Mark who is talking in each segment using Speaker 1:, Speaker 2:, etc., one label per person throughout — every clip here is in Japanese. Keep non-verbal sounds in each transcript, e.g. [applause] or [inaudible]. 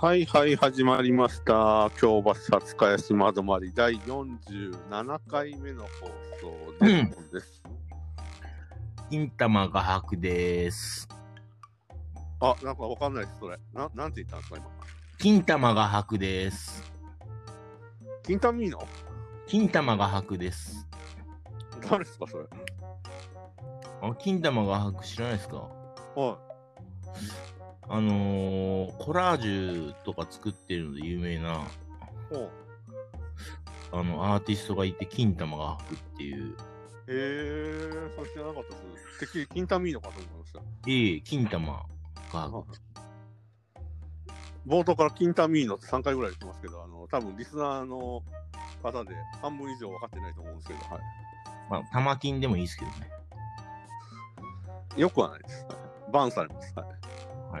Speaker 1: はいはい始まりました京橋札茅市まどまり第47回目の放送です,、です
Speaker 2: 金玉画伯です。
Speaker 1: あなんかわかんないですそれななんて言ったんですか今
Speaker 2: 金玉画伯です。
Speaker 1: 金タミーノ
Speaker 2: 金玉画伯です。
Speaker 1: 誰ですかそれ
Speaker 2: あ、金玉画伯知らないですか
Speaker 1: は
Speaker 2: あのー、コラージュとか作ってるので有名な、
Speaker 1: いほう
Speaker 2: あの、アーティストがいて、金玉画伯っていう、
Speaker 1: へえー、それ知らなかったですてっきり金タミーノかと思いました
Speaker 2: ええ、金玉画伯。
Speaker 1: 冒頭から金タミーノって3回ぐらい言ってますけどあの多分リスナーの方で半分以上分かってないと思うんですけど、は
Speaker 2: まあ、玉金でもいいですけどね。
Speaker 1: い、よくはないです、はい、バンされますはい
Speaker 2: は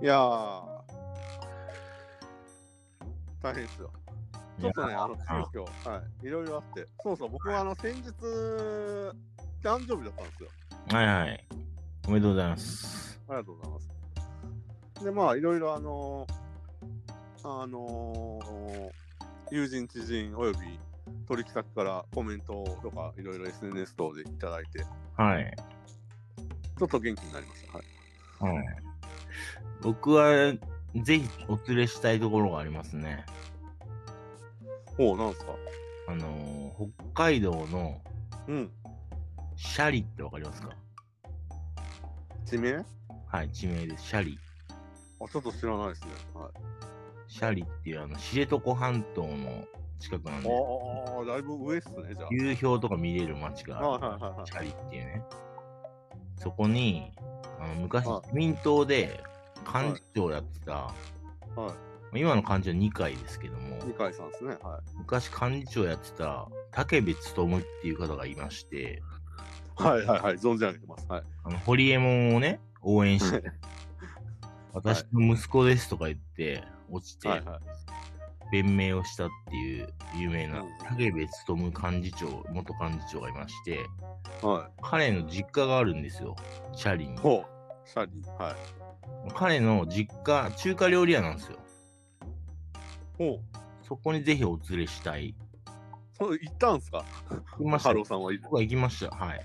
Speaker 2: い。
Speaker 1: いやー、大変ですよ。ちょっとね、あの、急遽、はい、いろいろあって、そうそう、僕はあの、先日、誕生日だったんですよ。
Speaker 2: はいはい。おめでとうございます。
Speaker 1: ありがとうございます。で、まあ、いろいろあのあの友人、知人、および取引先からコメントとか、いろいろ SNS 等でいただいて、ち
Speaker 2: はい。
Speaker 1: ょっと元気になりました。はい。
Speaker 2: はい。僕は、ぜひお連れしたいところがありますね。
Speaker 1: おう、なんですか
Speaker 2: あのー、北海道の
Speaker 1: うん。
Speaker 2: シャリってわかりますか
Speaker 1: 地名あ、
Speaker 2: はい、地名です。シャリ。
Speaker 1: ちょっと知らないですね。はい。
Speaker 2: シャリっていう、あの、知床半島の近くなんで、
Speaker 1: ああ、だいぶ上っすね、じゃあ。
Speaker 2: 流氷とか見れる街
Speaker 1: あは
Speaker 2: が
Speaker 1: いはいはい
Speaker 2: あ
Speaker 1: は
Speaker 2: る。
Speaker 1: い
Speaker 2: シャリっていうね。そこに、あの昔、
Speaker 1: はい
Speaker 2: 自民党で幹事長やってた、
Speaker 1: はい
Speaker 2: 今の幹事長2回ですけども、
Speaker 1: 二階さんですね。は
Speaker 2: 昔幹事長やってた武部勉っていう方がいまして、
Speaker 1: い。はいはいはい、存じ上げてます。はい。
Speaker 2: あの、ホリエモンをね、応援して、私の息子ですとか言って、落ちて、
Speaker 1: はいはい。
Speaker 2: 弁明をしたっていう有名
Speaker 1: う
Speaker 2: なん武部勉幹事長、元幹事長がいまして、
Speaker 1: は
Speaker 2: 彼の実家があるんですよ、シャリに
Speaker 1: い。。ほう。シャリ。はい。
Speaker 2: 彼の実家、中華料理屋なんですよ。
Speaker 1: ほう。
Speaker 2: そこにぜひお連れしたい。
Speaker 1: そう行ったんすか
Speaker 2: 行きました
Speaker 1: ハローさんはい
Speaker 2: 僕は行きました。はい。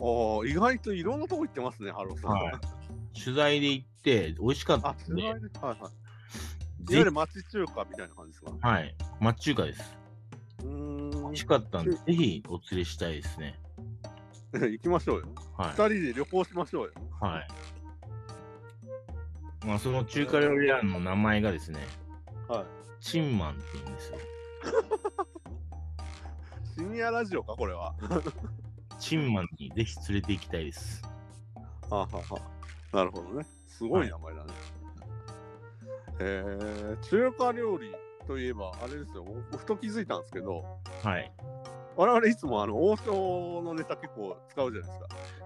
Speaker 1: おー意外といろんなとこ行ってますね、ハローさん。
Speaker 2: はい取材で行って、美味しかった
Speaker 1: あ、
Speaker 2: ん
Speaker 1: すご
Speaker 2: で、
Speaker 1: いね。
Speaker 2: ぜ
Speaker 1: はいはい。いわ
Speaker 2: ひ
Speaker 1: ゆる町中華みたいな感じですか
Speaker 2: はい。町中華です。
Speaker 1: う
Speaker 2: 美味し
Speaker 1: ー
Speaker 2: かったんで、ぜひお連れしたいですね。
Speaker 1: ん。 [laughs] 行きましょうよ。
Speaker 2: は
Speaker 1: 二
Speaker 2: い。
Speaker 1: 人で旅行しましょうよ。
Speaker 2: はい。まあ、その中華料理屋の名前がですね、
Speaker 1: はい。
Speaker 2: チンマンって言うんですよ。
Speaker 1: シニアラジオか、これは。
Speaker 2: チンマンにぜひ連れて行きたいです。
Speaker 1: はあはあはあなるほどね。すごい名前だね。えー、中華料理といえば、あれですよ、僕ふと気づいたんですけど、
Speaker 2: はい。
Speaker 1: 我々いつもあの王将のネタ結構使うじゃないです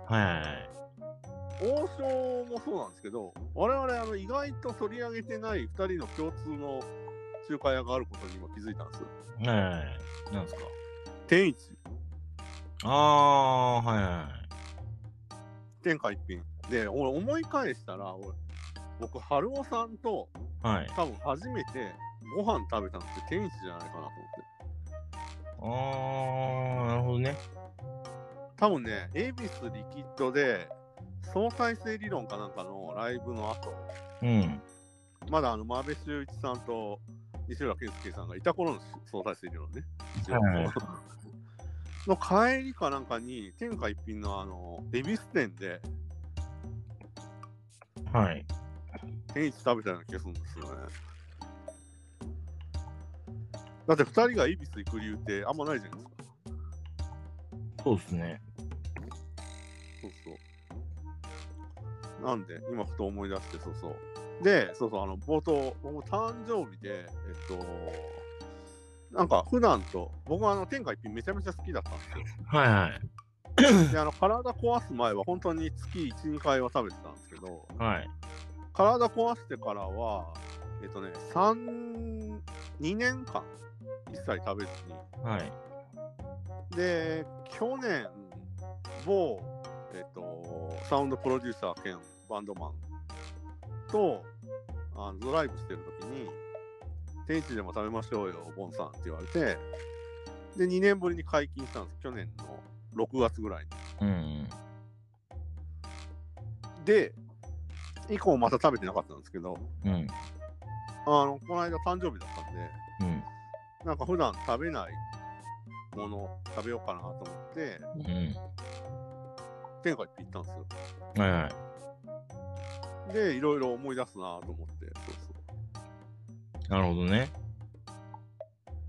Speaker 1: か。
Speaker 2: はいはいはい。
Speaker 1: 王将もそうなんですけど、我々あの意外と取り上げてない2人の共通の中華屋があることに今気づいたんです。
Speaker 2: はいはいはい。なんですか
Speaker 1: 天一、
Speaker 2: あー、はいはいはい。
Speaker 1: 天下一品。で、俺思い返したら、俺僕、春尾さんと
Speaker 2: はい。
Speaker 1: 多分初めてご飯食べたのって天一じゃないかなと思って。
Speaker 2: あー、なるほどね。
Speaker 1: 多分ね、エビスリキッドで、相対性理論かなんかのライブの後、
Speaker 2: うん。
Speaker 1: まだあの、真部修一さんと西浦健介さんがいた頃の相対性理論ね。
Speaker 2: はい
Speaker 1: [laughs] の帰りかなんかに、天下一品のあの、恵比寿店で、
Speaker 2: はい。
Speaker 1: 天一食べたような気がするんですよね。だって二人が恵比寿行く理由ってあんまないじゃないですか。
Speaker 2: そうですね。
Speaker 1: そうそう。なんで、今ふと思い出して、そうそう。で、そうそう、あの、冒頭、僕、誕生日で、えっと、なんか、普段と、僕はあの、天下一品めちゃめちゃ好きだったんです
Speaker 2: はいはい。
Speaker 1: よ。で、あの、体壊す前は、本当に月1、2回は食べてたんですけど、
Speaker 2: はい。
Speaker 1: 体壊してからは、えっとね、3、2年間、一切食べずに、
Speaker 2: はい。
Speaker 1: で、去年、某、えっと、サウンドプロデューサー兼バンドマンと、あのドライブしてる時に、天一でも食べましょうよ、ボンさんって言われて、で、2年ぶりに解禁したんです、去年の6月ぐらいに。
Speaker 2: うん。
Speaker 1: で、以降また食べてなかったんですけど、
Speaker 2: うん。
Speaker 1: あの、この間誕生日だったんで、
Speaker 2: うん。
Speaker 1: なんか普段食べないもの食べようかなと思って、
Speaker 2: うん。
Speaker 1: 天下って行ったんですよ。
Speaker 2: はいはい。
Speaker 1: で、いろいろ思い出すなと思って、そうそう。
Speaker 2: なるほどね。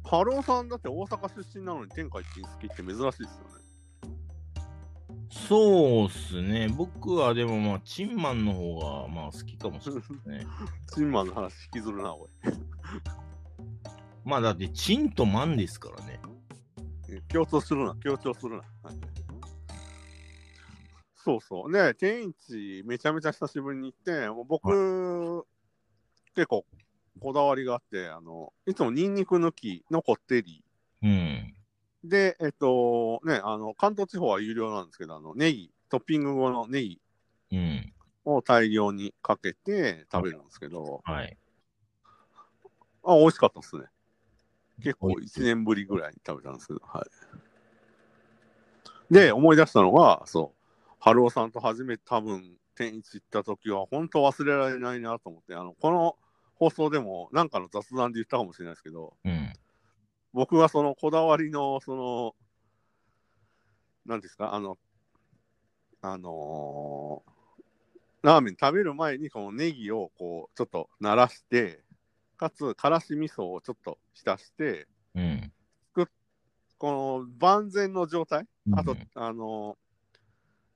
Speaker 1: ハローさんだって大阪出身なのに天下一品好きって珍しいですよね。
Speaker 2: そうっすね。僕はでもまあ、チンマンの方がまあ好きかもしれないですね。
Speaker 1: チンマンの話引きずるな、おい。
Speaker 2: まあだって、チンとマンですからね。
Speaker 1: え強調するな、強調するな。はいそうそう。ね、天一、めちゃめちゃ久しぶりに行って、もう僕、結構こだわりがあって、あの、いつもニンニク抜きのこってり。
Speaker 2: うん。
Speaker 1: で、えっと、ね、あの、関東地方は有料なんですけど、あの、ネギ、トッピング後のネギ
Speaker 2: うん。
Speaker 1: を大量にかけて食べるんですけど、
Speaker 2: はい。
Speaker 1: あ、美味しかったですね。結構
Speaker 2: 美味しい
Speaker 1: 1年ぶりぐらいに食べたんですけど、はい。で、思い出したのが、そう、春尾さんと初めて多分、天一行った時は、本当忘れられないなと思って、あの、この放送でも、なんかの雑談で言ったかもしれないですけど、
Speaker 2: うん。
Speaker 1: 僕はそのこだわりの、その、なんですか、あの、あのーラーメン食べる前にこのネギをこう、ちょっと鳴らして、かつ、からし味噌をちょっと浸して、
Speaker 2: うん。
Speaker 1: この万全の状態、あと、あのー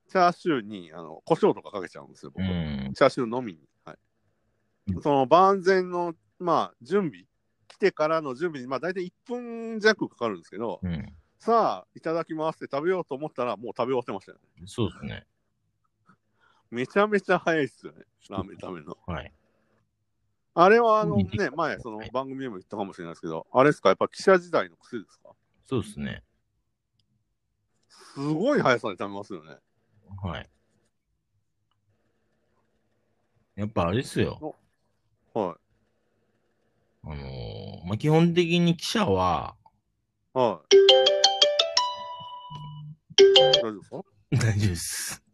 Speaker 1: チャーシューに、あの、胡椒とかかけちゃうんですよ、
Speaker 2: う
Speaker 1: 僕。
Speaker 2: ん。
Speaker 1: チャーシューのみに。はい
Speaker 2: うん。
Speaker 1: その万全の、まあ、準備、来てからの準備に、まあ、大体1分弱かかるんですけど、
Speaker 2: うん。
Speaker 1: さあ、いただきますって食べようと思ったら、もう食べ終わってましたよね。
Speaker 2: そうですね。
Speaker 1: めちゃめちゃ早いっすよね、ラーメン食べるの。
Speaker 2: はい。
Speaker 1: [laughs] あれは、あの
Speaker 2: うん
Speaker 1: ね、前、その番組でも言ったかもしれないですけど、あれですか、やっぱ記者時代の癖ですか
Speaker 2: そうですね。
Speaker 1: すごい速さで食べますよね。
Speaker 2: はい。やっぱあれですよ。
Speaker 1: は
Speaker 2: あのーまあ、基本的に記者は、 [laughs]
Speaker 1: い。はい。大丈夫ですか
Speaker 2: 大丈夫です。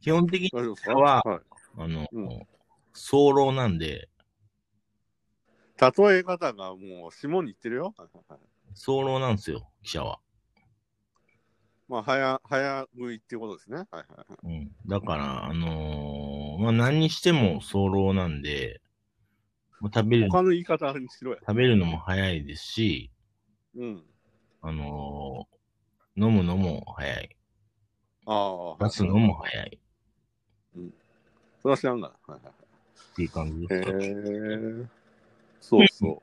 Speaker 2: 基本的に、
Speaker 1: 大丈夫ですか
Speaker 2: は
Speaker 1: はい。
Speaker 2: あの、
Speaker 1: うん
Speaker 2: 早漏なんで、
Speaker 1: 例え方がもう、下に行ってるよ。はいはいはい
Speaker 2: 早漏なんですよ、記者は。
Speaker 1: まあ、早、早食いっていうことですね。はいはいはい。
Speaker 2: うん。だから、あのーまあ、何にしても早漏なんで、まあ食べる、
Speaker 1: 他の言い方にしろや。
Speaker 2: 食べるのも早いですし、
Speaker 1: うん。
Speaker 2: あのー飲むのも早い。
Speaker 1: ああ。
Speaker 2: 出すのも早い。
Speaker 1: それは知らんがな。はいはい。
Speaker 2: っていう感じ
Speaker 1: へ
Speaker 2: ですか。
Speaker 1: ーそうそう。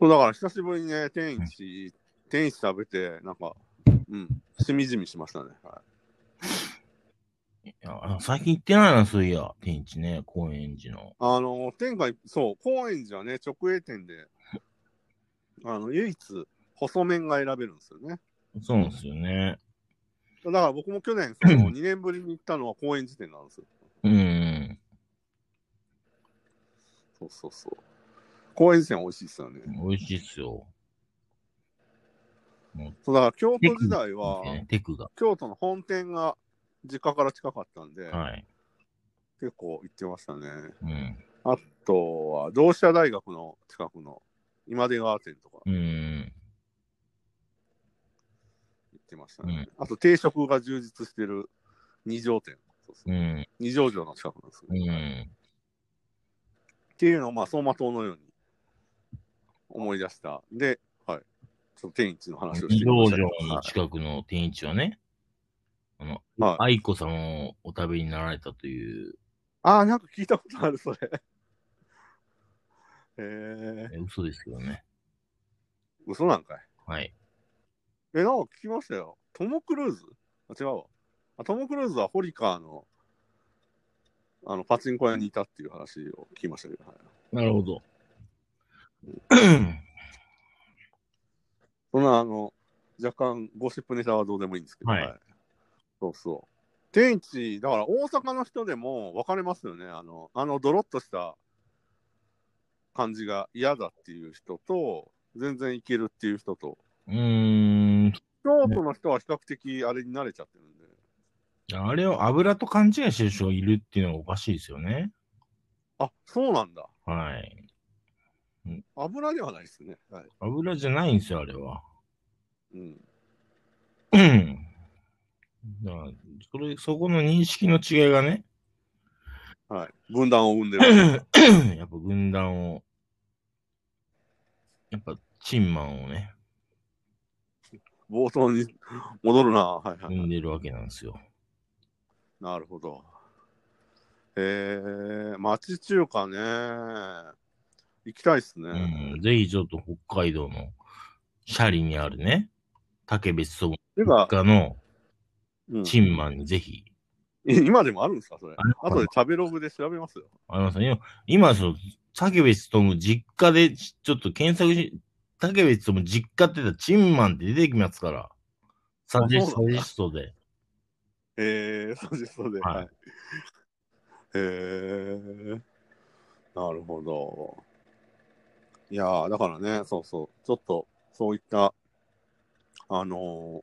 Speaker 1: そうだから久しぶりにね、天一、天一食べて、なんか、うん、しみじみしましたね。はい
Speaker 2: や最近行ってないな、そういや。天一ね、高円寺の。
Speaker 1: い、あの、天下一、そう、高円寺はね、直営店で、あの、唯一、細麺が選べるんですよね。
Speaker 2: そうなんですよね。
Speaker 1: だから僕も去年、その2年ぶりに行ったのは高円寺店なんですよ。
Speaker 2: うん。
Speaker 1: そうそうそう。高円寺店美味しいですよね。
Speaker 2: 美味しいっすよ。
Speaker 1: そうだから京都時代は、
Speaker 2: テクが。
Speaker 1: 京都の本店が実家から近かったんで、
Speaker 2: はい。
Speaker 1: 結構行ってましたね。
Speaker 2: うん。
Speaker 1: あとは、同志社大学の近くの今出川店とか
Speaker 2: うん。
Speaker 1: 行ってましたね。あと、定食が充実してる二条店。そうそう
Speaker 2: うん。
Speaker 1: 二条城の近くなんですよ、
Speaker 2: う
Speaker 1: ね
Speaker 2: ん。
Speaker 1: っていうのを、まあ、相馬灯のように思い出した。で、はい。ちょっと天一の話をしてみま
Speaker 2: 道
Speaker 1: したけど
Speaker 2: 場の近くの天一はね、あの、
Speaker 1: はいはい
Speaker 2: 愛子様をお食べになられたという、
Speaker 1: ああ、なんか聞いたことある、それ。えー、
Speaker 2: え嘘ですけどね。
Speaker 1: 嘘なんかい。
Speaker 2: はい。
Speaker 1: え、なんか聞きましたよ。トム・クルーズあ、違うわ。あトム・クルーズはホリカーの、あの、パチンコ屋にいたっていう話を聞きましたけど、はい、
Speaker 2: なるほど。
Speaker 1: そんな、あの、若干ゴシップネタはどうでもいいんですけど、
Speaker 2: はい
Speaker 1: そうそ天一、だから大阪の人でも分かれますよね。あの、あのドロッとした感じが嫌だっていう人と、全然いけるっていう人と。
Speaker 2: うーん、
Speaker 1: 京都の人は比較的あれに慣れちゃってるんで。
Speaker 2: あれを油と勘違いしてる人がいるっていうのがおかしいですよね。
Speaker 1: あ、そうなんだ。
Speaker 2: はい。
Speaker 1: 油ではないですね。はい。
Speaker 2: 油じゃないんですよ、あれは。
Speaker 1: うん。
Speaker 2: うん。だからそれ、そこの認識の違いがね、
Speaker 1: はい。分断を生んでる。 [laughs]
Speaker 2: やっぱ軍団を、やっぱ、チンマンをね、
Speaker 1: 冒頭に戻るな。はいはい。
Speaker 2: 生んでるわけなんですよ。
Speaker 1: なるほど。えー、町中華ね。行きたいっすね。
Speaker 2: うん、ぜひちょっと北海道のシャリにあるね、竹別荘
Speaker 1: てか、
Speaker 2: 家の
Speaker 1: うん
Speaker 2: チンマンにぜひ、
Speaker 1: 今でもあるんですかそれ
Speaker 2: あれ。
Speaker 1: 後で食べログで調べますよ。
Speaker 2: ありますね。今、そう、竹別とも実家でち、ちょっと検索し、竹別とも実家って言ったらチンマンって出てきますから。サジェ
Speaker 1: そ
Speaker 2: ス
Speaker 1: う
Speaker 2: ト
Speaker 1: なん
Speaker 2: リ
Speaker 1: だ
Speaker 2: ストで。
Speaker 1: えー、 [laughs] そうです、そうです。
Speaker 2: はい
Speaker 1: はい。えー、なるほど。いやー、だからね、そうそう、ちょっと、そういった、あのー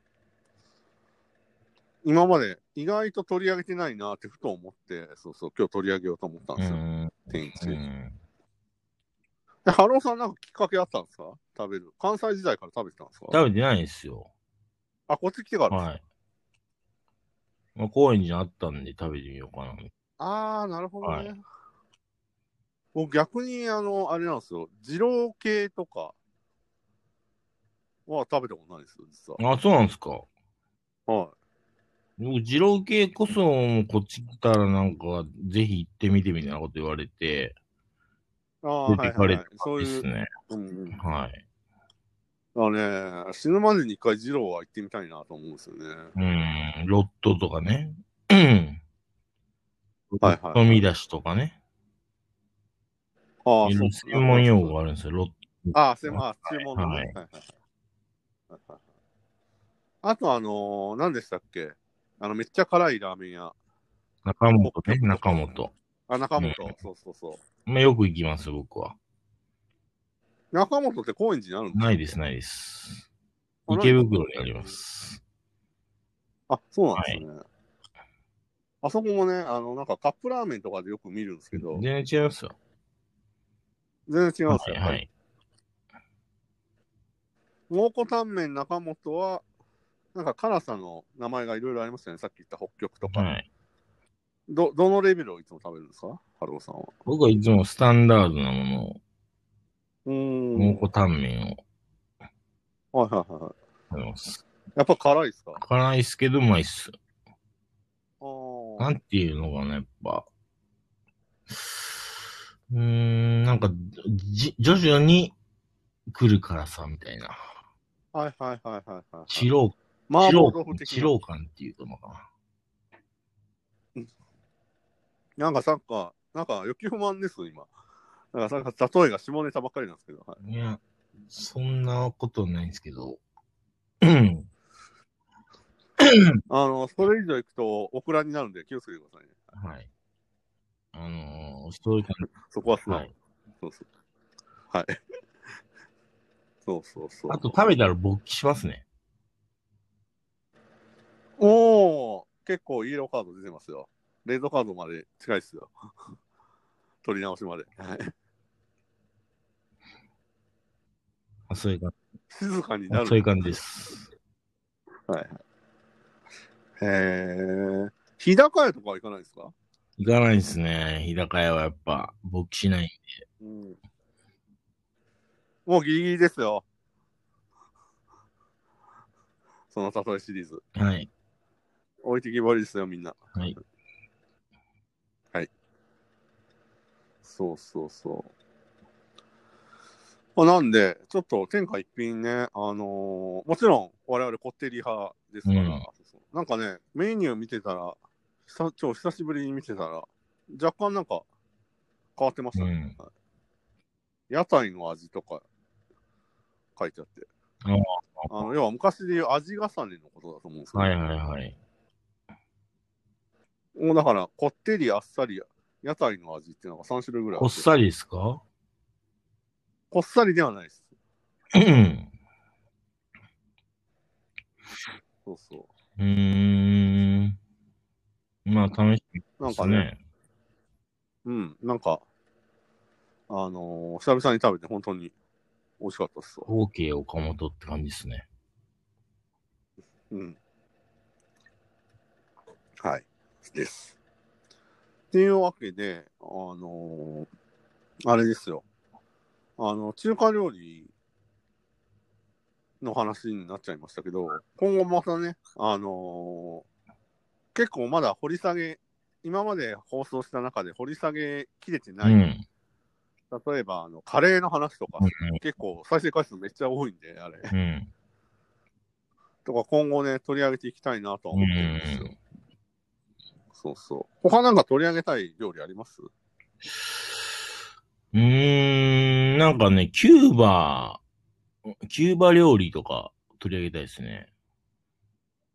Speaker 1: 今まで意外と取り上げてないなーってふと思って、そうそう、今日取り上げようと思ったん
Speaker 2: う
Speaker 1: ですよ、
Speaker 2: ん。
Speaker 1: 天一。
Speaker 2: うん
Speaker 1: で、ハローさんなんかきっかけあったんですか食べる。関西時代から食べてたんですか
Speaker 2: 食べてないんですよ。
Speaker 1: あ、こっち来てからですか、
Speaker 2: はい。まあ、高円寺にあったんで食べてみようかな。
Speaker 1: ああ、なるほどね。
Speaker 2: は
Speaker 1: 僕逆に、あの、あれなんですよ。二郎系とかは食べたことないですよ、実は。
Speaker 2: あ、そうなんですか。
Speaker 1: は
Speaker 2: 僕、二郎系こそ、こっち来たらなんか、ぜひ行ってみてみたいなこと言われて、
Speaker 1: い。ああ、
Speaker 2: 出
Speaker 1: は
Speaker 2: て
Speaker 1: い
Speaker 2: か
Speaker 1: は
Speaker 2: れ
Speaker 1: い、
Speaker 2: た
Speaker 1: はい。そう
Speaker 2: で
Speaker 1: い
Speaker 2: す
Speaker 1: う、
Speaker 2: ね。
Speaker 1: うんうん。
Speaker 2: はい。
Speaker 1: あのね、死ぬまでに一回二郎は行ってみたいなと思うんですよね。
Speaker 2: うん、ロットとかね。うん。
Speaker 1: はいはい
Speaker 2: 飲み出しとかね。
Speaker 1: ああ、
Speaker 2: い
Speaker 1: そ
Speaker 2: ろいうろ専門用語があるんですよ。ロッ
Speaker 1: ああ、専門、あ注文のね。
Speaker 2: は
Speaker 1: はいいはいはいはいはい。あと、あのー、何でしたっけあの、めっちゃ辛いラーメン屋。
Speaker 2: 中本ね、中本。
Speaker 1: あ、中本
Speaker 2: うん。
Speaker 1: そうそうそ
Speaker 2: まあ、よく行きます、僕は。
Speaker 1: う。中本って高円寺にあるんですか
Speaker 2: ないです、ないです。
Speaker 1: あ
Speaker 2: 池袋にあります。
Speaker 1: あ、そうなんですね。あそこもね、あの、なんかカップラーメンとかでよく見るんですけど、
Speaker 2: 全然違いますよ。
Speaker 1: 全然違うんですよ。
Speaker 2: はい、はい。
Speaker 1: 蒙古タンメン中本は、なんか辛さの名前がいろいろありますよね。さっき言った北極とか。
Speaker 2: はい。
Speaker 1: ど、どのレベルをいつも食べるんですかハローさんは。
Speaker 2: 僕はいつもスタンダードなものを、
Speaker 1: うーん。
Speaker 2: 蒙古タンメンを
Speaker 1: はいはいはいはい。
Speaker 2: 食べます。
Speaker 1: やっぱ辛いですかあ
Speaker 2: 辛いっすけど、うまいっす。
Speaker 1: あー。
Speaker 2: なんていうのかな、やっぱ。うーん、なんか、じ徐々に来る辛さみたいな。
Speaker 1: はいはいはいはいはいはい。
Speaker 2: 治療、
Speaker 1: 麻
Speaker 2: 治
Speaker 1: 婆豆腐
Speaker 2: 療、
Speaker 1: 的
Speaker 2: 治
Speaker 1: な。
Speaker 2: 療感っていうのかな。
Speaker 1: なんかさっき、なんか、雪不満です、今。なんかさっき、例えが下ネタばっかりなんですけど、はい。
Speaker 2: いや、そんなことないんですけど。うん。
Speaker 1: あの、それ以上行くと、オクラになるんで気をつけてくださいね。
Speaker 2: はい。あのー、そういう感
Speaker 1: そこは素
Speaker 2: じ。
Speaker 1: 直。
Speaker 2: はい。
Speaker 1: そうそう。はい。そうそうそう。
Speaker 2: あと食べたら勃起しますね。
Speaker 1: おお結構イエローカード出てますよ。レッドカードまで近いっすよ。 [laughs] 取り直しまで。はい
Speaker 2: あそういう感
Speaker 1: 静かに
Speaker 2: じ。
Speaker 1: な
Speaker 2: あ
Speaker 1: る。
Speaker 2: そういう感じです。
Speaker 1: へえ。日高屋とかは行かないですか
Speaker 2: いかないですね。日高屋はやっぱ勃起しない。
Speaker 1: うん。もうギリギリですよ。その例えシリーズ。
Speaker 2: はい。
Speaker 1: 置いてきぼりですよ、みんな。
Speaker 2: はい。
Speaker 1: はい。そうそうそう。まあ、なんで、ちょっと天下一品ね、あのーもちろん我々こってり派ですから、
Speaker 2: うん
Speaker 1: そうそうなんかね、メニュー見てたら、久超久しぶりに見てたら、若干なんか変わってましたね。はい屋台の味とか書いてあって。
Speaker 2: あー
Speaker 1: あの要は昔で言う味重ねのことだと思うんですけど、
Speaker 2: はいはいはい。
Speaker 1: もうだから、こってり、あっさり、屋台の味っていうのが3種類ぐらいあ
Speaker 2: こってさりですか
Speaker 1: こっさりではないです。
Speaker 2: うん。
Speaker 1: そうそう
Speaker 2: ーん。まあ、楽しみ
Speaker 1: う。な
Speaker 2: で
Speaker 1: ん
Speaker 2: す
Speaker 1: かね、
Speaker 2: ね。
Speaker 1: うん、なんか、あのー久々に食べて本当に美味しかったっすわ。
Speaker 2: オーケー岡本って感じですね。
Speaker 1: うん。はい。です。っていうわけで、あのーあれですよ。あの、中華料理の話になっちゃいましたけど、今後またね、あのー結構まだ掘り下げ、今まで放送した中で掘り下げきれてない、
Speaker 2: うん。
Speaker 1: 例えばあのカレーの話とか、
Speaker 2: う
Speaker 1: 結構再生回数めっちゃ多いんで、あれ。
Speaker 2: ん。うん。
Speaker 1: とか今後ね、取り上げていきたいなとは思ってるんですよ。
Speaker 2: うん
Speaker 1: そうそう。他なんか取り上げたい料理あります
Speaker 2: うーん。なんかね、キューバ、キューバ料理とか取り上げたいですね。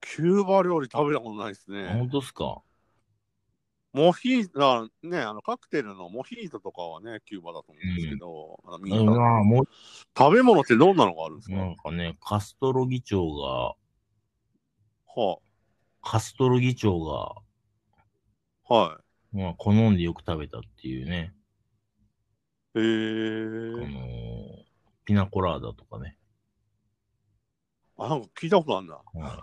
Speaker 1: キューバ料理食べたことないです
Speaker 2: あ
Speaker 1: ね。
Speaker 2: 本当っすか
Speaker 1: モヒート、ね、あのカクテルのモヒートとかはね、キューバだと思うんですけど、あの
Speaker 2: う
Speaker 1: ミート
Speaker 2: ん、あも
Speaker 1: 食べ物ってどんなのがあるんです
Speaker 2: う、
Speaker 1: か、
Speaker 2: なんかね、カストロ議長が、
Speaker 1: は
Speaker 2: カストロ議長が、
Speaker 1: あ、はい。
Speaker 2: まあ、好んでよく食べたっていうね、
Speaker 1: へえ
Speaker 2: あの
Speaker 1: ー。
Speaker 2: ーピナコラーダとかね。
Speaker 1: あ、なんか聞いたことあるな。
Speaker 2: うん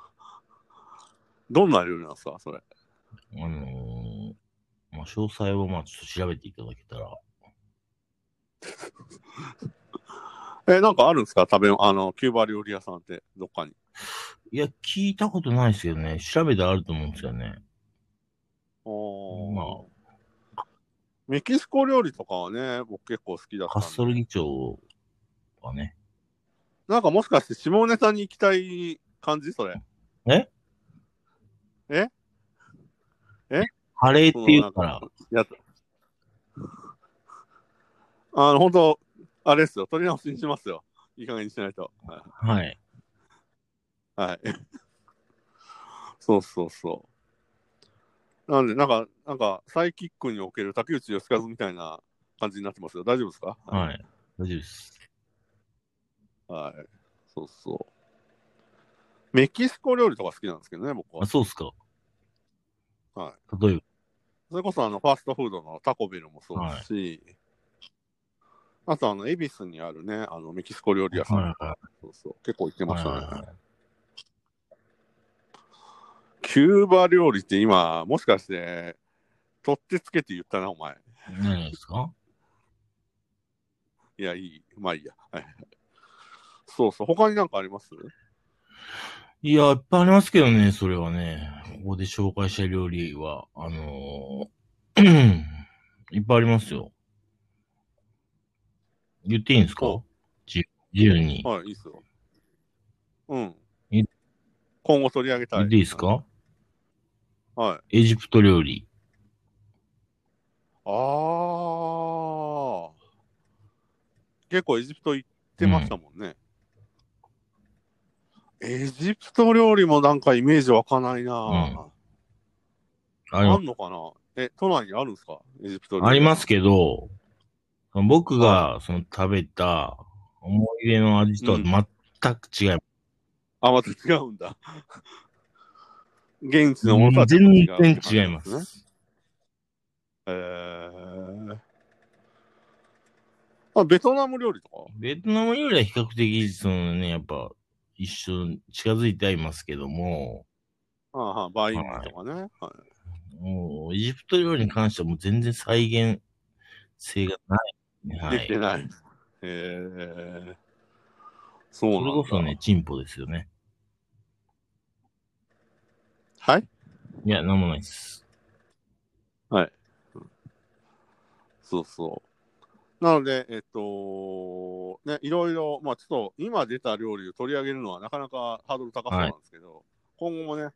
Speaker 1: どんな料理なんですかそれ。
Speaker 2: あのーまあ、詳細をまあちょっと調べていただけたら、
Speaker 1: え、なんかあるんですか食べ、あの、キューバ料理屋さんって、どっかに。
Speaker 2: いや、聞いたことないですけどね、調べたらあると思うんですよね。
Speaker 1: お
Speaker 2: ま
Speaker 1: メキシコ料理とかはね、僕結構好きだった
Speaker 2: カ
Speaker 1: んで
Speaker 2: ストロ議長はね、
Speaker 1: なんかもしかして下ネタに行きたい感じそれ。
Speaker 2: カレーっていうか
Speaker 1: そ
Speaker 2: ら
Speaker 1: う、やつ。あの、本当あれですよ。取り直しにしますよ。いい加減にしないと。はい
Speaker 2: はい。
Speaker 1: はい。 [laughs] そうそうそう。なんで、なんか、なんか、サイキックにおける竹内義和みたいな感じになってますよ。大丈夫ですか
Speaker 2: はい。大丈夫です。
Speaker 1: はい。そうそう。メキシコ料理とか好きなんですけどね、僕は
Speaker 2: あ、。そうっすか。
Speaker 1: は
Speaker 2: 例え
Speaker 1: それこそあのファーストフードのタコベルもそうですし、あとあの、恵比寿にあるね、あのメキシコ料理屋さ
Speaker 2: ば、
Speaker 1: ん、
Speaker 2: はいは
Speaker 1: そうそう結構行って
Speaker 2: い
Speaker 1: ましたね、
Speaker 2: は
Speaker 1: キューバ料理って今、もしかして、取ってつけて言ったな、お前。
Speaker 2: い。何ですか
Speaker 1: いや、いい。まあいいや。はいそうそう。他になんかあります
Speaker 2: いや、いっぱいありますけどね、それはね。ここで紹介した料理は、あのー [clears throat] いっぱいありますよ。言っていいんですか
Speaker 1: お
Speaker 2: じ自由に。
Speaker 1: はい、いいっすよ。うん
Speaker 2: い。
Speaker 1: 今後取り上げたい。
Speaker 2: 言っていいですか
Speaker 1: はい。
Speaker 2: エジプト料理。
Speaker 1: あー。結構エジプト行ってましたもんね。エジプト料理もなんかイメージ湧かないな、
Speaker 2: あ
Speaker 1: あ
Speaker 2: りま
Speaker 1: んのかなえ、都内にあるんですかエジプト料理。
Speaker 2: あります
Speaker 1: け
Speaker 2: けど、僕がその食べた思い出の味とは全く違います。
Speaker 1: ど。あ、また違うんだ。現地のものとはちょっと
Speaker 2: 全
Speaker 1: う
Speaker 2: 然違いま
Speaker 1: ね。
Speaker 2: す。
Speaker 1: えー。あ、ベトナム料理とか
Speaker 2: ベトナムよりは比較的、そのね、やっぱ、一緒、近づいてはいますけども、
Speaker 1: ああ、はいバインミーとかね。はい
Speaker 2: もう、エジプト料理に関してはもう全然再現性がない。は
Speaker 1: でき
Speaker 2: い。
Speaker 1: てない。へえそうなんだ。
Speaker 2: それこそね、チンポですよね。
Speaker 1: はい
Speaker 2: いや、なんもないです。
Speaker 1: そうそう。なので、えっと、ね、いろいろ、まあちょっと今出た料理を取り上げるのはなかなかハードル高そうなんですけど、今後もね、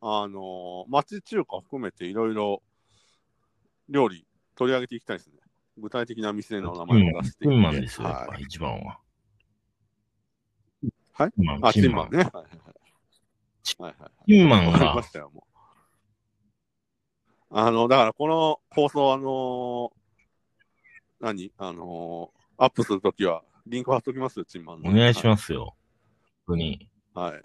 Speaker 1: あのー町中華含めていろいろ料理取り上げていきたいですね。具体的な店の名前を出してい
Speaker 2: チ
Speaker 1: って
Speaker 2: ンマンですよ、やっ
Speaker 1: は
Speaker 2: ぱ、
Speaker 1: い。
Speaker 2: 一番は。
Speaker 1: はい
Speaker 2: チンマン
Speaker 1: あ、チ
Speaker 2: チ
Speaker 1: ン
Speaker 2: ンマ
Speaker 1: マンね。
Speaker 2: ン。
Speaker 1: はいはいはい。はいはい
Speaker 2: チンマン
Speaker 1: わかりま
Speaker 2: が
Speaker 1: し、たよ、もう。あの、だからこの放送、あのー何あのーアップするときは、リンク貼っときますよ、チンマンの。
Speaker 2: お願いしますよ。本当に。
Speaker 1: はい。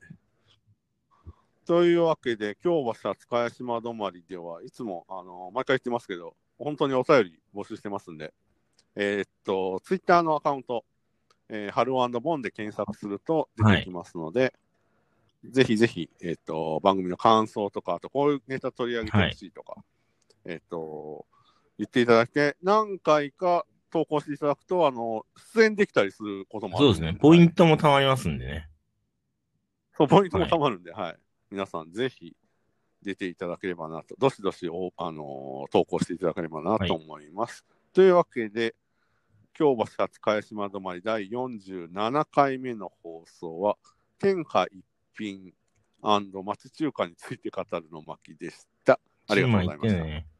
Speaker 1: というわけで、今日はさ、塚島止まりでは、いつも、あの、毎回言ってますけど、本当にお便り募集してますんで、えーっと、ツイッターのアカウント、えー、ハルワンボンで検索すると出てきますので、ぜひぜひ、えーっと、番組の感想とか、あと、こういうネタ取り上げてほしいとか、えーっと、言っていただいて、何回か投稿していただくと、あの、出演できたりすることもある
Speaker 2: そうんですね。ポ
Speaker 1: はい
Speaker 2: イントもたまりますんでね。
Speaker 1: そう、ポイントもたまるんで、はい。皆さん、ぜひ出ていただければなと、どしどしお、あのー投稿していただければなと思います。というわけで、京橋初返しま止まり第47回目の放送は、天下一品町中華について語るの巻でした。ありがとうございま
Speaker 2: チ
Speaker 1: し
Speaker 2: ンマ
Speaker 1: た。
Speaker 2: ン行ってね。